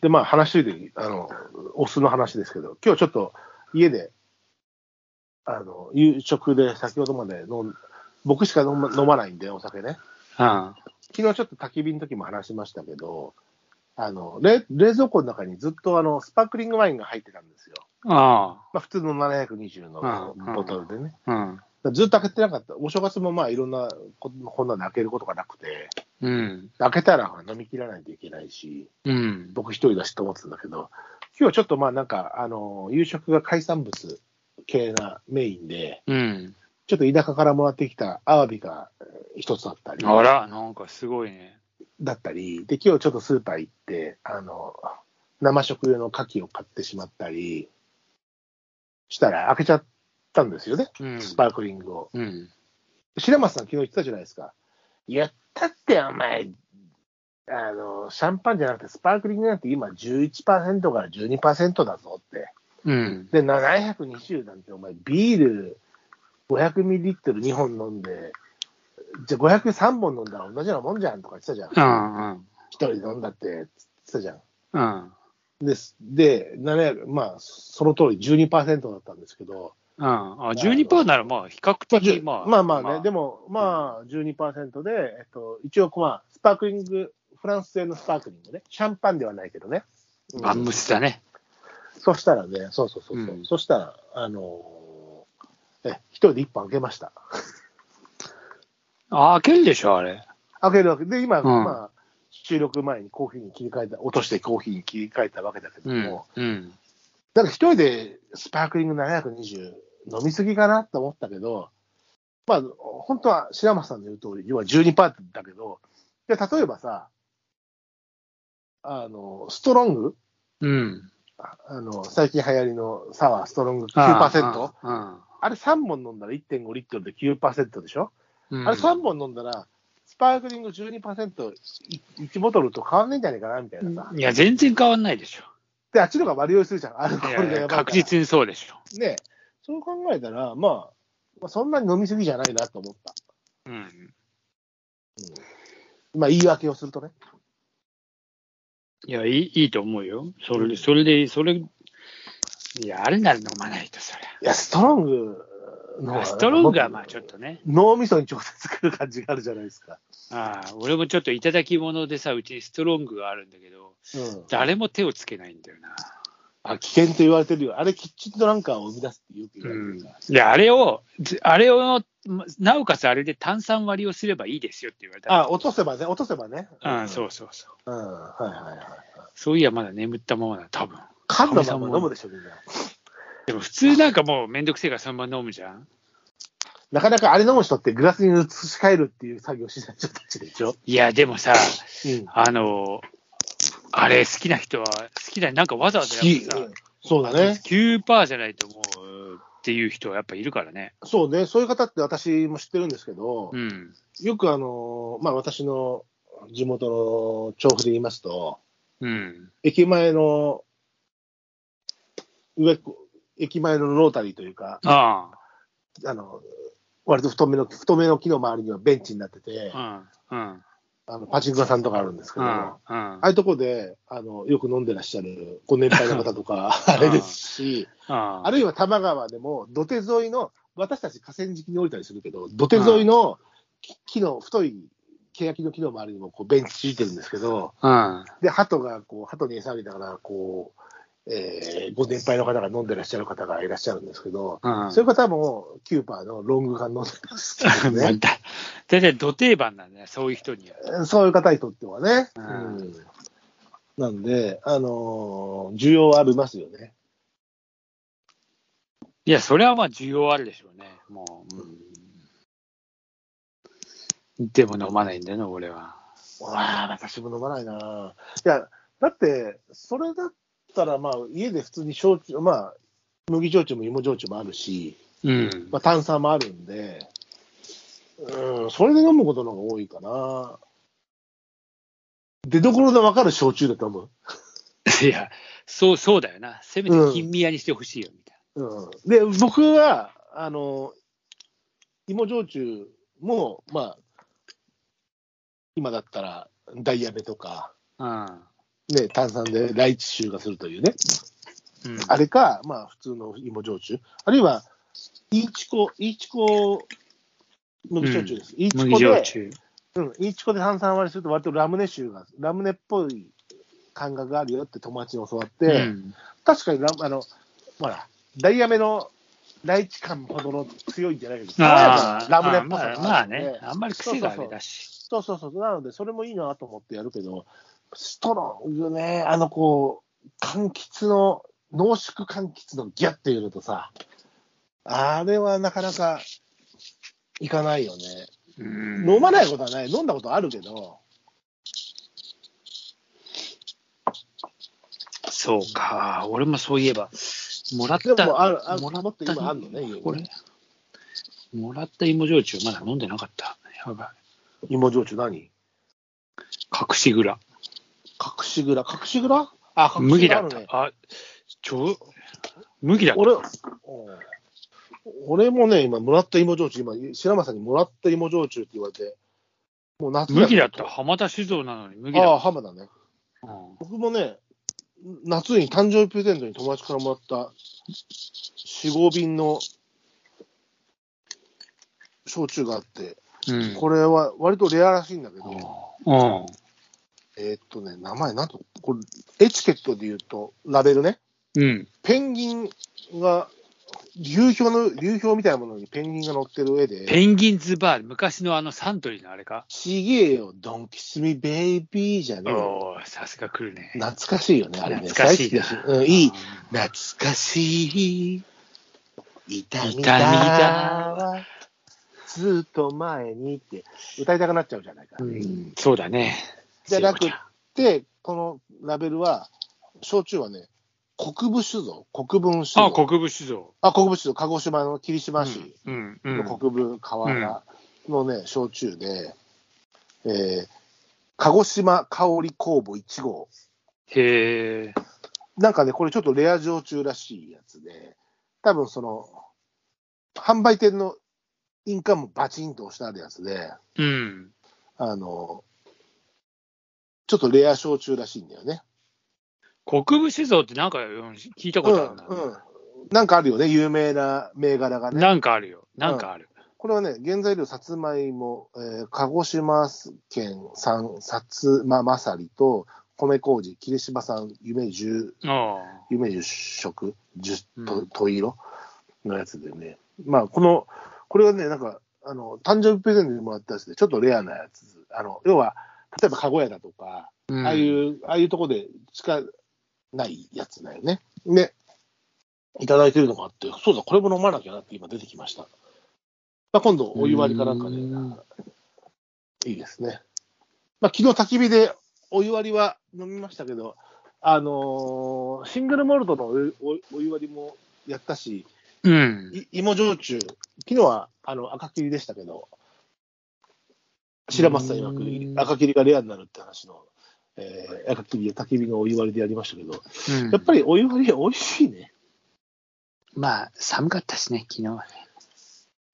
で、まあ話で、あの、お酢の話ですけど、今日ちょっと家で、あの、夕食で先ほどまで飲ん、僕しか飲ま飲まないんで、お酒ね。あ昨日ちょっと焚き火の時も話しましたけど、あの、冷冷蔵庫の中にずっとあの、スパークリングワインが入ってたんですよ。あ、まあ普通の720のうんボトルでね。うん。ずっと開けてなかった。お正月もまあいろんなここんなの開けることがなくて、うん。開けたらほら飲み切らないといけないし、うん。僕一人だしと思ってたんだけど、今日はちょっとまあなんか、あの、夕食が海産物系がメインで、うん。ちょっと田舎からもらってきたアワビがえー一つだったり、あら、なんかすごいね。だったり、で、今日ちょっとスーパー行って、あの、生食用の牡蠣を買ってしまったり、したら開けちゃったんですよね、うん。スパークリングを。うん。白松さん昨日言ってたじゃないですか。やったってお前、あの、シャンパンじゃなくてスパークリングなんて今11%から12%だぞって。うん。で、720なんてお前ビール500ミリリットル2本飲んで、じゃあ503本飲んだら同じようなもんじゃんとか言ってたじゃん。うん。うん。一人で飲んだって言ってたじゃん。うん。です。で、700、まあ、その通り12%だったんですけど、あ、12%ならまあ、比較的、まあ。まあまあね、でも。も、まあ12%で、えっと、一応、まあ、スパークリング、フランス製のスパークリングね、シャンパンではないけどね。うんバンムスだね。そしたらね、そうそうそうそう、うんそしたら、あのーえ、一人で一本開けました。あ、開けるでしょ、あれ。開けるわけで、今、んまあ、収録前にコーヒーに切り替えた、落としてコーヒーに切り替えたわけだけども、うん。うん。なんか一人でスパークリング720飲みすぎかなと思ったけど、まあ、本当は白松さんの言う通り、要は12%だけど、で例えばさ、あの、ストロングうん。ああの、最近流行りのサワーストロング9%ああーあれ3本飲んだら1.5リットルで9%でしょ、ーうん。あれ3本飲んだら、スパークリング12%、1ボトルと変わんないんじゃないかなみたいなさ。いや、全然変わんないでしょ。で、あっちの方が割り酔いするじゃん。アルコいーやルがいややばいから確実にそうでしょ。ね、そう考えたら、まあ、まあ、そんなに飲みすぎじゃないなと思った。うん。まあ、言い訳をするとね。いや、いい、いいと思うよ。それで、それで、それ、いや、あれなら飲まないと、そりいや、ストロングの方ゃ。がストロングはまあちょっ。とね。脳みそに直接くる感じがあるじゃないですか。ああ、俺もちょっといただき物でさ、うちにストロングがあるんだけど、うん。誰も手をつけないんだよな。あ、危険と言われてるよ。あれ、キッチンドランカーを生み出すってよく言われてるから。いや、あれを、ずあれを、なおかつあれで炭酸割りをすればいいですよって言われた。あ、落とせばね、落とせばね。。ああ、そううそうそう。うん、はいはいはい。そういや、まだ眠ったままだ、多分噛んだまま飲むでしょ、みんな。でも普通なんかもうめんどくせえからそのまま飲むじゃん。なかなかあれ飲む人ってグラスに移し替えるっていう作業しない人たちでしょ。いや、でもさ、うん。あの、あれ好きな人は、好きな、なんかわざわざやっぱさ、うんそうだね。 9%じゃないともうっていう人はやっぱいるからね。そうね、そういう方って私も知ってるんですけど、うん。よくあの、まあ、私の地元の調布で言いますと、うん。駅前の、上っこ、駅前のロータリーというか、ああの、割と太めの、太めの木の周りにはベンチになってて、あ。うん。うん。あのパチンコ屋さんとかあるんですけうど、んあ。うんあいうとこで、あの、よく飲んでらっしゃるご年配の方とか、あれですし、ああるいは多摩川でも、土手沿いの、私たち河川敷に降りたりするけど、土手沿いの木木の太い、欅の木の周りにもこうベンチ敷いてるんですけど、うん。で、鳩がこう、鳩に餌あげながら、こう、えーご年配の方が飲んでらっしゃる方がいらっしゃるんですけど、うん。そういう方もキューパーのロング缶飲んでますけどまあね。だ大体土定番なんだよ、そういう人に は。そういう方にとってはね。ううんん、なんで、あのー需要はありますよね。いや、それはまあ需要あるでしょうね、もう。うん、でも飲まないんだよな、俺は。わあ、私も飲まないな。いや、だって、それだったら、まあ、家で普通に焼酎、まあ、麦焼酎も芋焼酎もあるし、うん。まあ、炭酸もあるんで、うん、それで飲むことの方が多いかな。出どころで分かる焼酎だと思。いや、そう、そうだよな。せめて金宮にしてほしいよ、みたいううん。で、僕は、あの、芋焼酎も、まあ、今だったら、ダイヤメとか、な。ね、炭酸でライチ臭がするというね、うんあれか、まあ、普通の芋焼酎、あるいは、イーチコ、イーチコ、麦焼酎です。イーチコ麦で焼、酎。うん、イーチコで炭酸割りすると、割とラムネ臭が、ラムネっぽい感覚があるよって友達に教わって、うん確かにラム、あの、ほら、ダイヤメのライチ感ほどの強いんじゃないけど、爽やあかあ、なラムネっぽさまあがまああるのでね、あんまり癖があれだし。そうそうそう、なので、それもいいなと思ってやるけど、ストロングね、あのこう、柑橘の、濃縮柑橘のギャっていうのとさ、あれはなかなかいかないよね。飲飲まいないことはない、飲んだことあるけど、そうか、俺もそういえば、もらっでた、もある、あるもらもっとった今あるのね、家にねこれ、もらった芋焼酎、まだ飲んでなかった。やばい。芋焼酎何隠し蔵。隠し蔵、隠し蔵あ、隠し麦蔵だあるった。ね。あ、ちょ、麦だった。俺、うん俺もね、今、もらった芋焼酎、今、白間さんにもらった芋焼酎って言われて、もう夏麦だった。浜田酒造なのに麦だあっあ、ハムだね。た。うん僕もね、夏に誕生日プレゼントに友達からもらった4、5瓶の焼酎があって、うん。これは割とレアらしいんだけど、うん。えーっとね、名前なんと、これ、エチケットで言うと、ラベルね、うん。ペンギンが、流氷の、流氷みたいなものにペンギンが乗ってる上で、ペンギンズバー、昔のあのサントリーのあれか。ちげえよ、ドンキスミベイビーじゃねえよ。おお、さすが来るね。懐かしいよね、あれね。懐かしい大好きだしうん、いい。懐かしい痛みだわずっと前にって歌いたくなっちゃうじゃないか、うん、そうだね。じゃなくてこのラベルは焼酎はね国分酒造国分酒造あ、国分酒造。あ国分酒造鹿児島の霧島市うん。うん。うんの国分川原のね、焼酎で、えー鹿児島香り工房1号へえ。なんかね、これちょっとレア焼酎らしいやつで、多分その、販売店の印鑑もバチンと押してあるやつで、うん。あの、ちょっとレア焼酎らしいんだよね。国分酒造ってなんかうん聞いたことあるな、うん、うん。なんかあるよね、有名な銘柄がね。なんかあるよ。なんかある。これはね、原材料さつまいも、えー鹿児島県産さつままさりと、米麹、霧島産夢十あ夢十色、十うとんと色のやつでね、まあ、この、これはね、なんか、あの、誕生日プレゼントでもらったやつで、ちょっとレアなやつ、あの、要は、例えば、籠屋だとか、あ。ああうん。いう、ああいうとこでしかないやつだよね。で、いただいてるのがあって、そうだ、これも飲まなきゃなって今出てきました。まあ、今度、お湯割りかなんかで、うんいいですね。まあ、昨日焚き火でお湯割りは飲みましたけど、あのーシングルモルトのお湯おお湯割りもやったし、うん。い芋焼酎、昨日はあの赤切りでしたけど、白松さんう曰んく赤切りがレアになるって話の、えー赤切り、焚き火のお湯割りでやりましたけど、やっぱり。りお湯割り美味しいね。まあ、寒かったしね、昨日はね。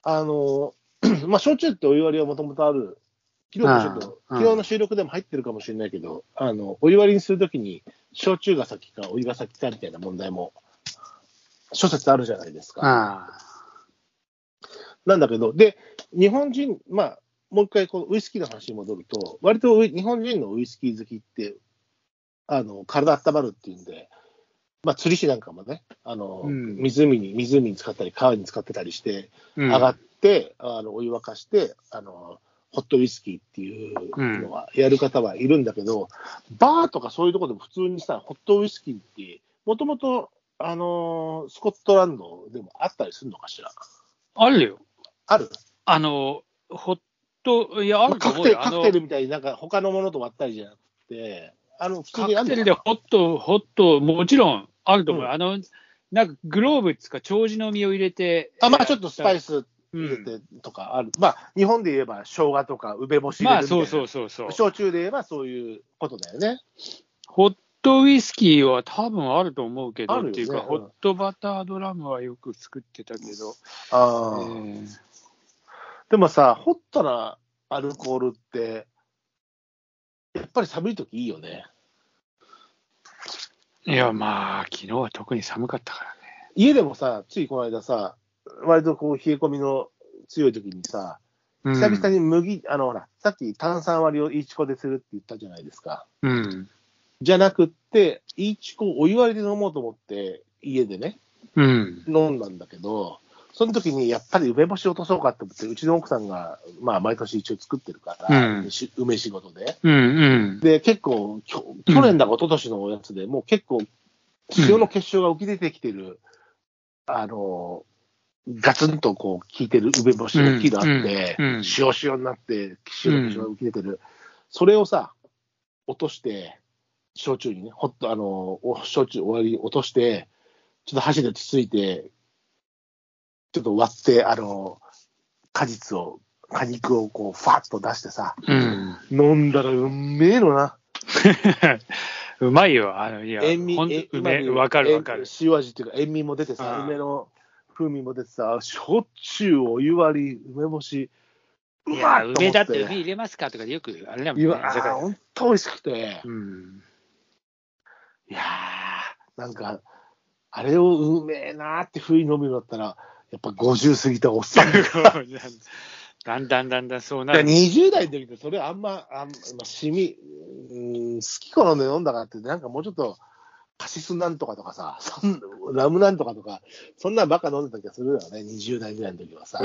あの ーまあ、焼酎ってお湯割りはもともとある、昨日もちょっと、うん昨日の収録でも入ってるかもしれないけど、あの、お湯割りにするときに、焼酎が先かお湯が先かみたいな問題も、諸説あるじゃないですか。ああ。なんだけど、で、日本人、まあ、もう一回このウイスキーの話に戻ると、割とウイ日本人のウイスキー好きって、あの体温まるっていうんで、まあ、釣り師なんかもね、あのうん湖に湖に使ったり、川に使ってたりして、上上がって、あのお湯沸かしてあの、ホットウイスキーっていうのは、やる方はいるんだけど、バーとかそういうところでも普通にさ、ホットウイスキーって、もともと、あのスコットランドでもあったりするのかしら。あるよ。あるあの、ほっと、いや、まああるとカク思テルうよ。カあのクテルみたいになんか他のものと割ったりじゃなくて、あの普通カにあクんテルのでホット、ホット、もちろんあると思うよ。うんあの、なんかグローブっつうか、長寿の実を入れて。あまあちょっとスパイスう入れん。てとかある、まあ日本で言えば生姜とか梅干し入まれあ、るみたいな、そうそうそうそう。焼酎で言えばそういうことだよね。ホットウイスキーは多分あると思うけあるど、よねっていうか、うんホットバタードラムはよく作ってたけど、えあーーでもさ、ホットなアルコールって、やっぱり寒い時いいよね。いや、まあ、昨日は特に寒かったからね。家でもさ、ついこの間さ、割とこう冷え込みの強い時にさ、うん久々に麦、あのほら、さっき炭酸割りをイチコでするって言ったじゃないですか。うん。じゃなくって、イチコをお湯割りで飲もうと思って、家でね、うん。飲んだんだけど、その時にやっぱり梅干し落とそうかって思って、うちの奥さんが、まあ毎年一応作ってるから、うんし梅仕事で。うん。うん。 で、結構、きょ去年だか一昨年のおやつでもう結構、塩の結晶が浮き出てきてる、あの、ガツンとこう効いてる梅干しが大きいのあって、うんうん塩塩になって、塩の結晶が浮き出てる、それをさ、落として、焼酎にね、ほっと、あの、お焼酎終わりに落として、ちょっと箸でつついて、ちょっと割って、あの、果実を、果肉をこう、ファッと出してさ、うん。飲んだらうめえのな。うまいよ。あの、いや、塩味、ほんとえうまめみえ、わかるわか塩る。塩味っていうか、塩味も出てさ、うん梅の風味も出てさ、しょっちゅうお湯割り、梅干し、ういまや、っ梅だってと思梅入れますかとかでよく、あれだもんいね。や、居酒屋本当美味しくて、うん。 いやー、なんか、あれをうめえなーって風に飲むようになったら、やっぱ50過ぎたおっさん。だんだんだんだんそうなだからる。 20代の時って、それあんま、あんま、しみ、うん、好き好んで飲んだからって、なんかもうちょっと、カシスなんとかとかさ、そんラムなんとかとか、そんなんばっか飲んでた気がするよね、20代ぐらいの時はさ。